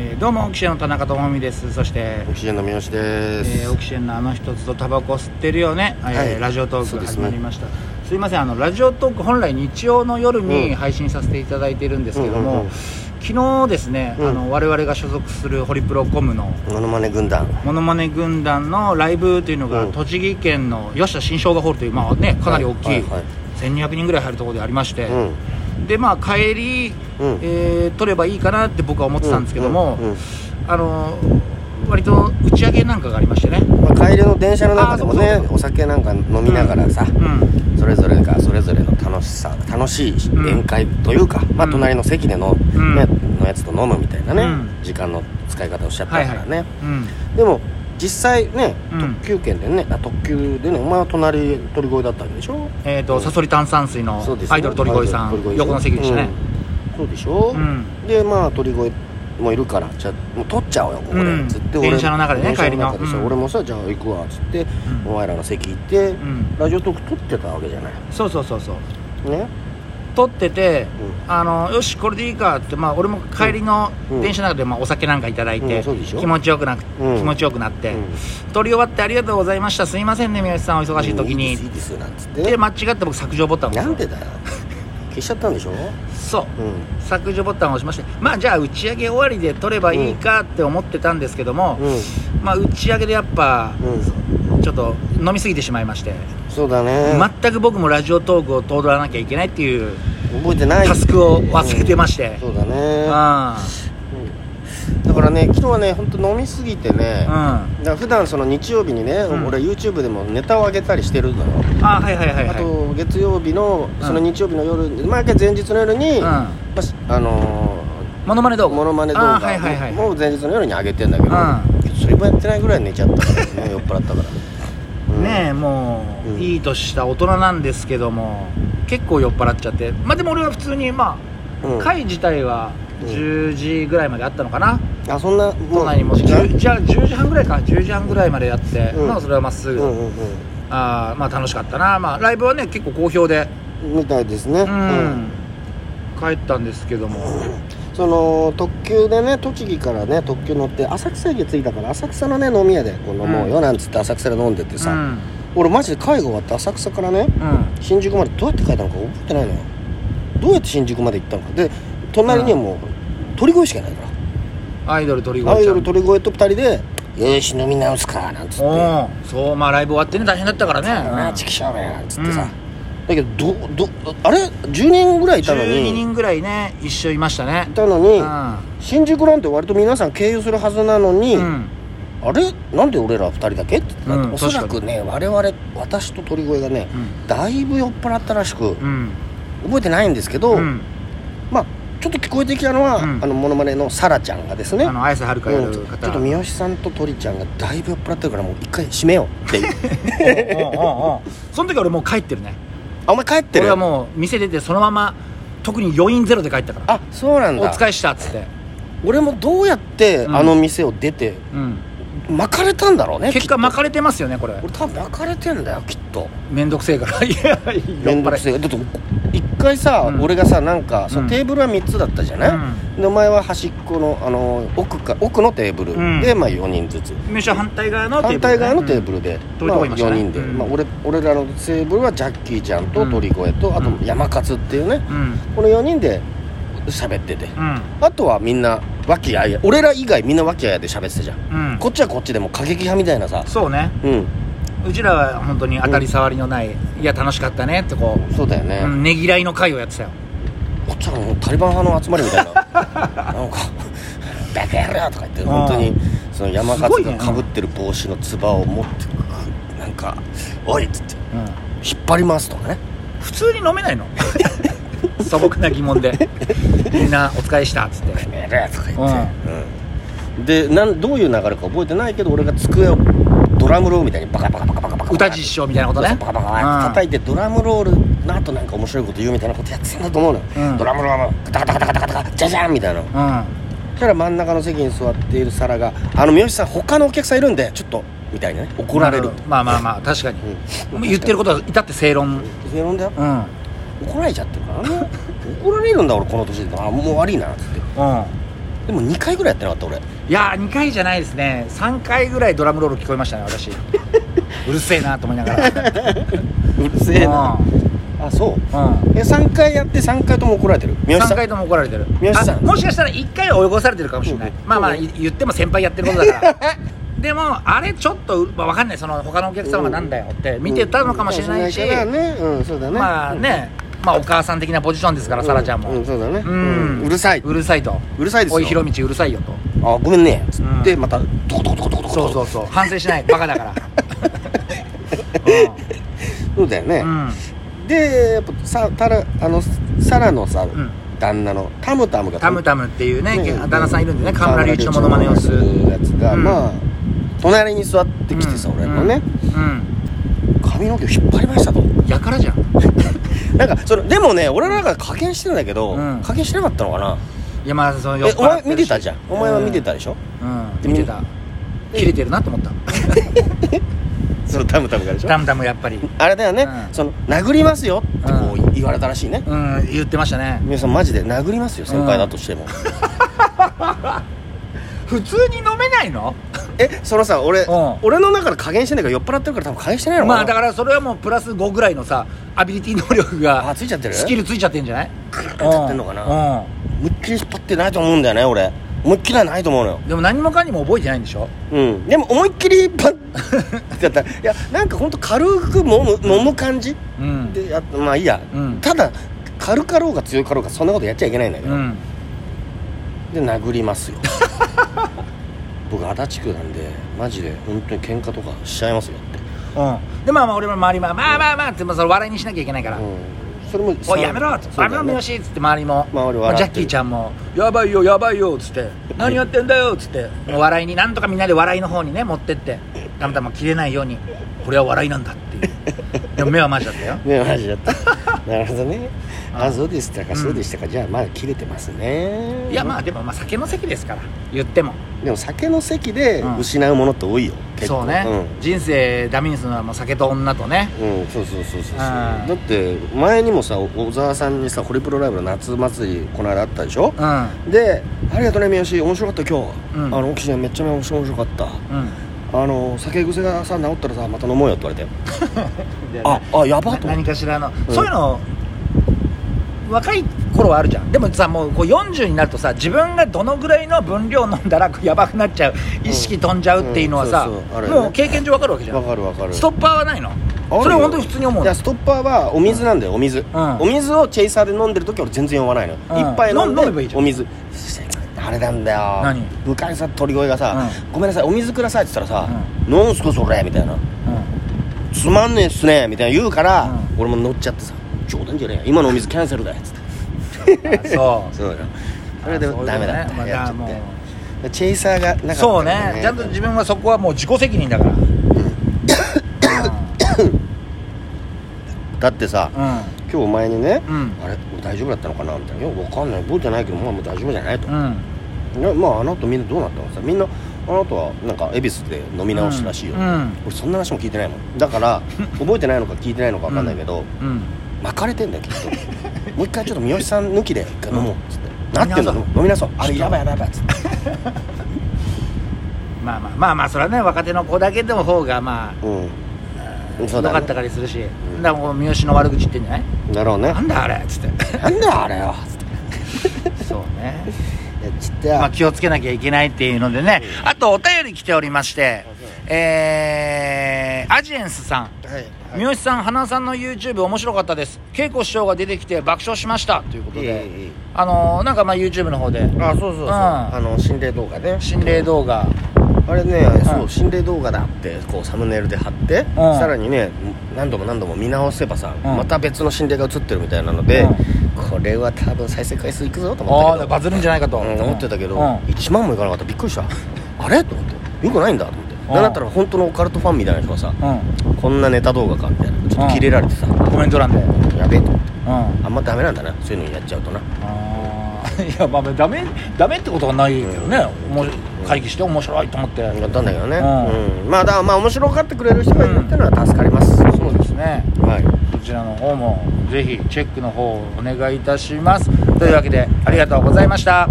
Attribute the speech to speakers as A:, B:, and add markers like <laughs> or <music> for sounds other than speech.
A: えーどうもオキシエンの田中智美ですそして
B: オ、キシエンの三好です、
A: えーオキシエンのあの一つとタバコ吸ってるよね、えー
B: はい
A: ラジオトー
B: そ
A: ク
B: うです
A: 始
B: ね
A: まりましたす,、いませんあのラジオトーク本来日曜の夜
B: う
A: に
B: ん
A: 配信させていただいてるんですけども、
B: うんうんうん
A: 昨日ですね、
B: うん
A: あの我々が所属するホリプロコムの
B: モノマネ軍団
A: モノマネ軍団のライブというのが、
B: うん
A: 栃木県の吉田新生姜ホールという、まあね、かなり大きい、
B: はいはい
A: 1200人ぐらい入るところでありまして、
B: うん
A: でまあ帰り、
B: うん
A: えー取ればいいかなって僕は思ってたんですけども、
B: うんうん
A: あの割と打ち上げなんかがありましてね、
B: まあ、帰りの電車の中でも
A: あー
B: ね
A: そうそう
B: お酒なんか飲みながらさ、
A: うん、
B: それぞれがそれぞれの楽しさ楽しい
A: ん
B: 宴会というか、まあ
A: うん
B: 隣の席での,、
A: うん
B: ね、のやつと飲むみたいなね、
A: うん
B: 時間の使い方をしちゃったからね、
A: うん、
B: でも実際ね
A: うん
B: 特急券でね、あ特急でねお前は隣鳥越だったんでしょ
A: えっ、と、
B: うん
A: サソリ炭酸水の
B: そうですよ
A: アイドル鳥越さ
B: アイド
A: ん
B: ル鳥越
A: 横の席でしたね、
B: うんそうでしょ、
A: うん
B: でまあ鳥越もいるからじゃあもう取っちゃおうよここで、
A: うん
B: つって
A: 電車の中でね
B: 電車中
A: 帰
B: で
A: りの
B: そう
A: うん
B: 俺もさじゃあ行くわつって、
A: うん
B: お前らの席行って、
A: ん
B: ラジオトーク撮ってたわけじゃない
A: そうそうそうそう
B: ね
A: 撮ってて、
B: う
A: あのよしこれでいいかって、まあ、俺も帰りの
B: うん
A: 電車の中で、まあ、お酒なんかいただいて、
B: うんそうでしょ
A: 気持ちよくなく、
B: うん
A: 気持ちよくなって、
B: うん
A: 撮り終わってありがとうございましたすいませんね宮内さんお忙しい時に、
B: うんいいですいいですなんつって
A: で間違って僕削除ボタンを押
B: なん
A: し
B: でだよ消しちゃったんでしょ
A: たそう
B: うん
A: 削除ボタンを押しましてまあじゃあ打ち上げ終わりで撮ればいいかって思ってたんですけども、
B: うん
A: まあ打ち上げでやっぱ
B: うん
A: ちょっと飲み過ぎてしまいまして、
B: そうだね、
A: 全く僕もラジオトークを通らなきゃいけないっていう
B: 覚えてない
A: タスクを忘れてまして
B: うんそうだ
A: う
B: ね
A: ん
B: だからね昨日はね本当飲みすぎてね、
A: うんあ
B: だから普段その日曜日にね、
A: うん
B: 俺 YouTube でもネタを上げたりしてるのよ、
A: はいはいはいはい
B: あと月曜日の
A: うん
B: その日曜日の夜、毎回前日の夜に、
A: うん
B: やっぱしあの
A: モノマネ動
B: ー、
A: 画
B: モノマネ動
A: あーはいはい
B: 画
A: はい
B: も前日の夜に上げてんだけど、
A: う
B: それもやってないぐらい寝ちゃったか
A: <laughs>
B: らね酔っ払ったから、うん
A: ねえもう、
B: うん
A: いい年した大人なんですけども結構酔っ払っちゃってまあでも俺は普通にまあ、
B: うん
A: 会自体は
B: うん
A: 10時ぐらいまであったのかな、
B: あそんなも
A: 都内にも
B: 時間
A: 10じゃあ10時半ぐらいか10時半ぐらいまでやって、
B: うん
A: まあそれはまっすぐ、
B: うんうん
A: あーまあ楽しかったなまあライブはね結構好評で
B: うんみたいですね、
A: うん、帰ったんですけども
B: その特急でね栃木からね特急乗って浅草駅着いたから浅草のね飲み屋でこう飲もうよなんつって浅草で飲んでて
A: う
B: さ、
A: ん、
B: 俺マジで介護終わって浅草からね
A: うん、
B: 新宿までどうやって帰ったのか覚えてないのよどうやって新宿まで行ったのかで隣にはもう鳥越しかないか
A: アイドル鳥越
B: らアイ
A: ちゃ
B: ドル
A: ん
B: 鳥越と二人で「よし飲み直すか」なんつって「
A: おおーそうまあライブ終わってね大変だったからね、
B: あ
A: う
B: あ
A: ん
B: ちくしょうめ」なんつって
A: う
B: さ
A: ん
B: だけどどどあれ10人ぐらいいたの
A: 12
B: にい
A: 人ぐらいね一緒いましたね
B: たの
A: う
B: に
A: ん
B: 新宿なんて割と皆さん経由するはずなのに、
A: うん
B: あれなんで俺ら二人だけってなって、
A: うん
B: おそらくね我々私と鳥越がねだいぶ酔っ払ったらしく
A: うん
B: 覚えてないんですけど、
A: うん
B: まあちょっと聞こえてきたのは、
A: うん
B: あのモノマネのサラちゃんがですね
A: あの綾瀬はるかや
B: うん
A: る
B: ちょ
A: 方、
B: っと三好さんと鳥ちゃんがだいぶ酔っ払ってるからもう一回閉めよう
A: <laughs>
B: って言
A: おうおうお
B: う
A: うおうその時俺もう帰ってるね
B: あお前帰ってる
A: 俺はもう店出てそのまま特に余韻ゼロで帰ったから
B: あそうなん
A: お
B: だ
A: 疲れしたっつって、
B: 俺もどうやって
A: うん
B: あの店を出て、
A: うん、
B: 巻かれたんだろうね
A: 結果
B: きっと
A: 巻かれてますよねこれ
B: 俺多分巻かれてんだよきっと
A: めんどくせえからいや酔っ
B: 面
A: 払
B: 倒く
A: い
B: せえだって一回さ、
A: うん
B: 俺がさなんか、そうの
A: ん
B: テーブルは3つだったじゃない、でお前は端っこのあの奥か奥のテーブル
A: うん
B: で、まあ4人ずつ
A: むしろ反対側のテーブル、
B: 反対側のテーブルで、
A: うん
B: ま
A: 遠いとこ
B: あ、
A: いました
B: 4
A: ね
B: 人で、
A: うん
B: まあ、俺俺らのテーブルはジャッキーちゃんと
A: うん
B: 鳥越と、あと
A: うん
B: 山勝っていうね
A: ルうん
B: この4人で喋ってて
A: うん
B: あとはみんな和気あいあい俺ら以外みんな和気あいあいで喋ってたじゃん
A: うん、うん
B: こっちはこっちでもう過激派みたいなさ
A: そうね
B: うん
A: うちらは本当に当たり障りのない、いや楽しかったねってこ
B: そうだよ
A: う、
B: ね、
A: うん、ねぎらいの会をやってたよ
B: こっちはもうタリバン派の集まりみたいな <laughs> なんか「バカ野郎!」とか言って本当にその山
A: すご
B: 勝
A: いね
B: がかぶってる帽子のつばを持ってなんか「おい!」っつって
A: うん
B: 引っ張りますとかね
A: 普通に飲めないの素朴な疑問でみんなお疲れしたっつって
B: 「えら!」とか言って、うんでなんどういう流れか覚えてないけど俺が机をドラムロールみたいにバカバカバカバカバカ
A: 歌実証みたいなことね
B: バカバカバカって叩いてドラムロールの後なんか面白いこと言うみたいなことやってたんだと思うのよ、
A: うん
B: ドラムロールダカダカダカダカダカジャジャンみたいな
A: うん、うん、
B: そしたら真ん中の席に座っている皿が「あの三好さん他のお客さんいるんでちょっと」みたいなね怒られる、
A: まあまあまあ確かに、言ってることは至って正論
B: 正論だよ
A: うん
B: 怒られちゃってるからね怒られるんだ俺この年であもう悪いなっつって
A: うん
B: でも2回ぐらいやってなかった俺
A: いやー2回じゃないですね3回ぐらいドラムロール聞こえましたね
B: <laughs>
A: 私うるせえなと思いながら
B: うるせ <laughs> えなあそう
A: うん、うん
B: え3回やって3回とも怒られてる三
A: 3回とも怒られてる
B: 三好さん
A: あもしかしたら1回は追い越されてるかもしれない、
B: うん
A: まあまあい言っても先輩やってることだから
B: <laughs>
A: でもあれちょっと、まあ、分かんないその他のお客様がなんだよって見てたのかもしれないし、
B: うん、そうだねうんそうだね
A: まあね、まあお母さん的なポジションですから、
B: うん
A: さらちゃんも、
B: うんそうだね
A: う
B: うんんうるさいう
A: るさいと
B: うるさいですよ
A: おいひろみちうるさいよと
B: あごめんねつ
A: うん
B: ってまたトコトコトコトコトコ
A: そうそうそう反省しないバカだ
B: <laughs>
A: から
B: そうだよね
A: う、ん、うん
B: でやっぱさたらあのサラのさ、
A: ん
B: 旦那のタムタムが
A: タムタムっていうね
B: ね
A: 旦那さんいるんでね河村隆一のモノマネをする
B: やつが、
A: うん
B: まあ隣に座ってきてさ、
A: うん
B: 俺のね
A: うん
B: 髪の毛を引っ張りましたと
A: やからじゃん
B: なんかそれでもね俺の中で加減してんだけど、
A: うん
B: 加減してなかったのかない
A: やまあその酔っ
B: えお
A: 払っ
B: 前
A: るし
B: 見てたじゃんお前は見てたでしょ、
A: うん、うん見てた切れてるなと思った
B: そのタムタムがでしょ
A: タムタムやっぱり
B: あれだよね、
A: うん
B: その殴りますよってこう言われたらしいね、
A: うん言ってましたね
B: 皆さんマジで殴りますよ先輩だとしても、
A: 普通に飲めないの
B: <laughs> えそのさ俺、
A: うん
B: 俺の中で加減してんだけど酔っ払ってるから多分加減してないのかな
A: まあだからそれはもうプラス5ぐらいのさアビリティ能力
B: あ
A: が
B: ついちゃってる
A: スキルついちゃってんじゃない
B: ーってやってんのかな思いっきり引っ張ってないと思うんだよね俺思いっきりはないと思うのよ
A: うんでも何もかにも覚えてないんでしょ
B: うんでも思いっきり引っ張ってやった <laughs> らいやなんかほんと軽くもむ揉む感じ
A: うん
B: でやっまあいいや、
A: うん
B: ただ軽かろうが強かろうがそんなことやっちゃいけないんだけ
A: う
B: ど、
A: ん
B: で殴りますよ <laughs> 僕足立区なんでマジで本当に喧嘩とかしちゃいますよって、
A: うんでまあまあ俺も周りもまあまあまあってまあそれ笑いにしなきゃいけないから
B: うん、それも
A: おいやめろっつって
B: そう
A: や
B: だ
A: め
B: よ
A: ろ
B: ね
A: 三好っつって周りも
B: 周り笑
A: ジ
B: ってる
A: ャッキーちゃんもやばいよやばいよっつって何やってんだよっつってもう笑いになんとかみんなで笑いの方にね持ってってたまたま切れないようにこれは笑いなんだって
B: <laughs>
A: いうでも目はマジだったよ
B: ねマジ
A: <laughs>
B: だったなるほどね
A: あ
B: あそうでしたか
A: うん
B: そうでしたか、じゃあまだ切れてますね
A: いやまあでもまあ酒の席ですから言っても
B: でも酒の席で
A: うん
B: 失うものって多いよ、結
A: そ
B: 構
A: うね、人生ダメにするのはもう酒と女とね
B: うん、うん、そうそうそうそうそ
A: うん
B: うだって前にもさ小沢さんにさホリプロライブの夏祭りこの間あったでしょ
A: う、ん
B: で「ありがとうね三好面白かった今日、
A: うん
B: あのオキシジェンめっちゃ面白かった
A: うん
B: あの酒癖がさ治ったらさまた飲もうよ」って言われて
A: で
B: ああやば
A: な
B: と思っ
A: 何
B: て
A: かしらの、
B: うん
A: そういうの若い頃はあるじゃんでもさもうこう40になるとさ自分がどのぐらいの分量飲んだらこうやばくなっちゃう意識飛んじゃうっていうのはさ、
B: うんうんそうそうあるよね
A: もう経験上わかるわけじゃ
B: わ
A: ん
B: かるわかる
A: ストッパーはないの
B: あるよ
A: それは本当に普通に思う
B: い
A: の
B: やストッパーはお水なんだよお水、
A: ん
B: お水をチェイサーで飲んでる時俺全然酔わないの、よ
A: うん
B: 一杯飲んで
A: 飲めばいいじゃん
B: お水あれなんだよ
A: 何
B: 昔さ鳥越がさ、ごめんなさいお水ください」って言ったらさ「飲んすかそれ」みたいな
A: う
B: 「つまんねえっすね」みたいな言うから、
A: う
B: 俺も乗っちゃってさ「冗談じゃねえよ今のお水キャンセルだよ」っつって
A: んあそう
B: そうよそれで
A: あそういうことね
B: ダメだった、
A: まあ
B: やっちゃ
A: もう
B: ってチェイサーがなかった
A: そうねちゃんと自分はそこはもう自己責任だから
B: だってさ
A: う
B: 今日お前にね、
A: んうん
B: あれ大丈夫だったのかなみたいな「いやわかんない覚えてないけどまあもう大丈夫じゃない」と
A: う。ん
B: いやまああの後みんなどうなったのさみんなあの後はなんか恵比寿で飲み直したらしいよ、
A: うん
B: 俺そんな話も聞いてないもんだから <laughs> 覚えてないのか聞いてないのか分かんないけど、
A: うん、うん
B: 巻かれてんだよきっ <laughs> ともう一回ちょっと三好さん抜きで一回飲もうっつって、なってんだ
A: 飲み直そう
B: 飲みなそうあれやばいやばいやばいっつって
A: まあまあまあまあそれはね若手の子だけでも方がまあ
B: うんそ
A: 良
B: うだ
A: か
B: ね
A: ったかりするし、
B: ん
A: だからもう三好の悪口言ってんじゃない
B: だろうね
A: なんだあれっつっ
B: なんだあれよつって
A: てそうね、
B: えちって
A: まあ、気をつけなきゃいけないっていうのでねあとお便り来ておりましてえー、アジエンスさん
B: はい
A: 三好さん花さんの YouTube 面白かったです恵子師匠が出てきて爆笑しましたということ
B: いいい
A: で
B: いいい
A: あのーなんかまあ YouTube の方で
B: あそうそうそう、
A: うん
B: あの心霊動画ね
A: 心霊動画
B: あれね、そううん心霊動画だってこうサムネイルで貼って、さらにね何度も何度も見直せばさ、
A: うん
B: また別の心霊が映ってるみたいなので、
A: うん
B: これは多分再生回数いくぞと思
A: あ
B: った
A: あ
B: けど
A: バズるんじゃないかと、
B: うん思ってたけど、
A: うん
B: 1万もいかなかったびっくりしたあれと思ってよくないんだと思って、
A: ん
B: なんだったら本当のオカルトファンみたいな人がさ、
A: う
B: こんなネタ動画かみたいなちょっとキレられてさ、
A: ん、コメント欄でうん
B: やべえと思って
A: あ
B: あんまダメなんだなそういうのやっちゃうとな
A: ー <laughs> いやまあダメダメってことはないけどね、おもし会議して面白いと思って、
B: やったんだけどね、
A: う
B: うんまあだからまあ面白がってくれる人がいるってのは助かります、
A: そうですね
B: はい
A: そちらの方もぜひチェックの方をお願いいたしますというわけでありがとうございました